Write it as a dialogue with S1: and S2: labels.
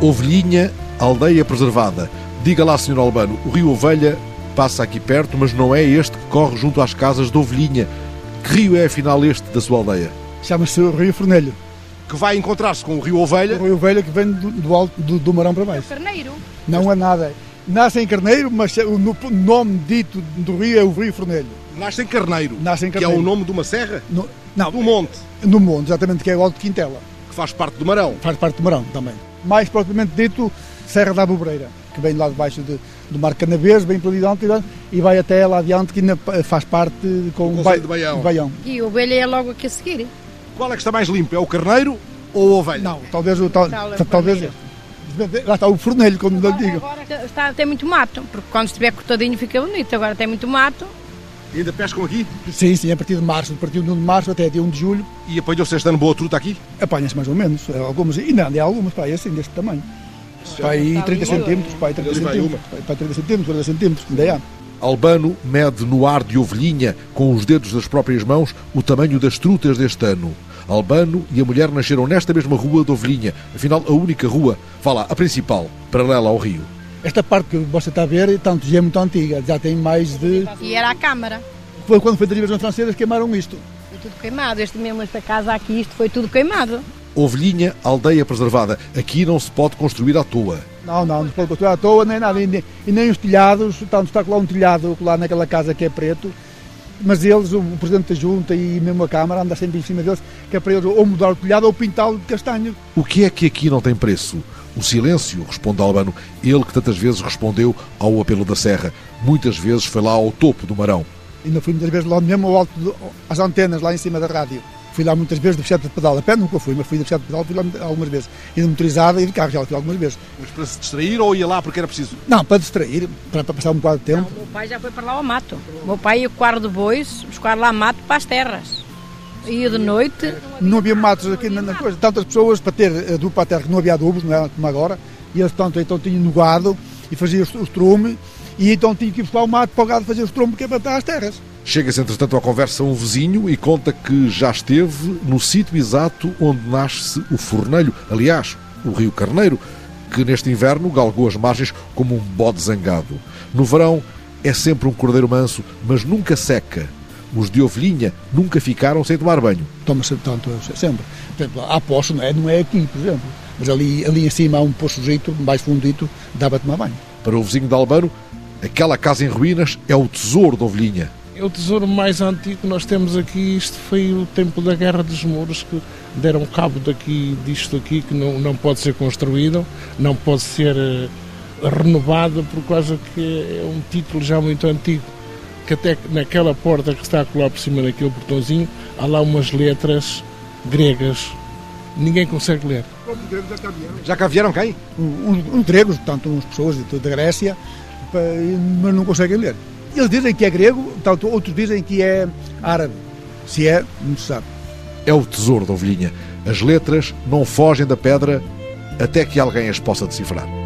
S1: Ovelhinha, aldeia preservada. Diga lá, Sr. Albano, o rio Ovelha passa aqui perto, mas não é este que corre junto às casas de Ovelhinha. Que rio é afinal este da sua aldeia?
S2: Chama-se Rio Fornelho.
S1: Que vai encontrar-se com o rio
S2: O
S1: Ovelha.
S2: Rio Velho que vem do, do alto do, do Marão para baixo.
S3: Carneiro.
S2: Não é nada. Nasce em Carneiro, mas é o no- nome dito do rio é o Rio Fornelho.
S4: Nasce em Carneiro,
S2: Nasce em
S4: que é
S2: Carneiro.
S4: o nome de uma serra,
S2: No, não,
S4: do monte,
S2: no mundo, exatamente, que é o Alto de Quintela.
S4: que faz parte do Marão.
S2: Faz parte do Marão também. Mais propriamente dito, Serra da Bobreira, que vem lá debaixo de, do Mar Canavês, bem pela adiante, e vai até lá adiante, que ainda pa- faz parte com
S4: Concelho
S2: Bai-
S4: de Baião.
S3: E o ovelha é logo aqui a seguir.
S4: Qual é que está mais limpo, é o Carneiro ou a Ovelha?
S2: Não, é talvez o. Tal,
S3: Tal-
S2: talvez
S3: Fornelho.
S2: este. Lá está o Fornelho, como lhe digo.
S3: Agora está- está, tem muito mato, porque quando estiver cortadinho fica bonito. Agora tem muito mato.
S4: E ainda pescam aqui
S2: Sim, sim, a partir de março, a partir um de 1 de março até dia 1 de julho,
S4: e apanhou-se este ano boa truta aqui?
S2: apanha-se mais ou menos, eh, algumas, e não, há algumas, pá, assim, deste tamanho. Pá, aí
S3: Está
S2: 30
S3: ali uma.
S2: centímetros, pá, aí 30
S4: Ali vai
S2: centímetros, pá, aí 30 centímetros, 40 centímetros, ainda há.
S1: Albano mede no ar de Ovelhinha, com os dedos das próprias mãos, o tamanho das trutas deste ano. Albano e a mulher nasceram nesta mesma rua de Ovelhinha, afinal a única rua, vá lá, a principal, paralela ao rio.
S2: Esta parte que você está a ver, tanto já é muito antiga, já tem mais de...
S3: E era a câmara.
S2: Foi quando foi da Liberação Francesa que queimaram isto.
S3: Foi tudo queimado. Este mesmo, esta casa aqui, isto foi tudo queimado.
S1: Ovelhinha, aldeia preservada. Aqui não se pode construir à toa.
S2: Não, não, não se pode construir à toa, nem nada, e nem, e nem os telhados, tanto está lá um telhado lá naquela casa que é preto, mas eles, o, o Presidente da Junta e mesmo a Câmara, anda sempre em cima deles, que é para eles ou mudar o telhado ou pintá-lo de castanho.
S1: O que é que aqui não tem preço? O silêncio, responde Albano, ele que tantas vezes respondeu ao apelo da Serra. Muitas vezes foi lá ao topo do Marão.
S2: Ainda fui muitas vezes lá mesmo ao alto do- às antenas, lá em cima da rádio. Fui lá muitas vezes de bicicleta de pedal. A pé nunca fui, mas fui de bicicleta de pedal, fui lá muita- algumas vezes. E de motorizada e de carro, já lá fui algumas vezes.
S4: Mas para se distrair ou ia lá porque era preciso?
S2: Não, para distrair, para, para passar um bocado de
S3: Não,
S2: tempo.
S3: o meu pai já foi para lá ao mato. O meu pai ia com o quarto de bois, buscar lá mato para as terras. Ia de noite.
S2: Não, havia matos aqui na, na coisa. Tantas pessoas para ter eh, adubo para a terra, que não havia adubos, não era como agora. E eles tanto, então tinham no gado e faziam os, os trume. E então tinham que ir buscar o mato para o gado fazer os trume, que é para dar as terras.
S1: Chega-se, entretanto, à conversa um vizinho e conta que já esteve no sítio exato onde nasce o fornelho, aliás, o Rio Carneiro, que neste inverno galgou as margens como um bode zangado. No verão é sempre um cordeiro manso, mas nunca seca. Os de ovelhinha nunca ficaram sem tomar banho.
S2: Toma-se tanto sempre. Por exemplo, há poço, não é, não é aqui, por exemplo. Mas ali, ali em cima há um poçozito, mais fundito, dá para tomar banho.
S1: Para o vizinho de Albano, aquela casa em ruínas é o tesouro de Ovelhinha.
S5: É o tesouro mais antigo que nós temos aqui. Isto foi o tempo da Guerra dos Mouros que deram cabo daqui, disto aqui, que não, não pode ser construído, não pode ser eh, renovado por causa que é um título já muito antigo. Que até naquela porta que está a colar por cima daquele portãozinho há lá umas letras gregas. Ninguém consegue ler.
S4: Já cá vieram quem?
S2: uns, uns gregos, portanto, umas pessoas de, da Grécia, pa- mas não conseguem ler. Eles dizem que é grego, portanto, outros dizem que é árabe. Se é, não se sabe.
S1: É o tesouro de Ovelhinha. As letras não fogem da pedra até que alguém as possa decifrar.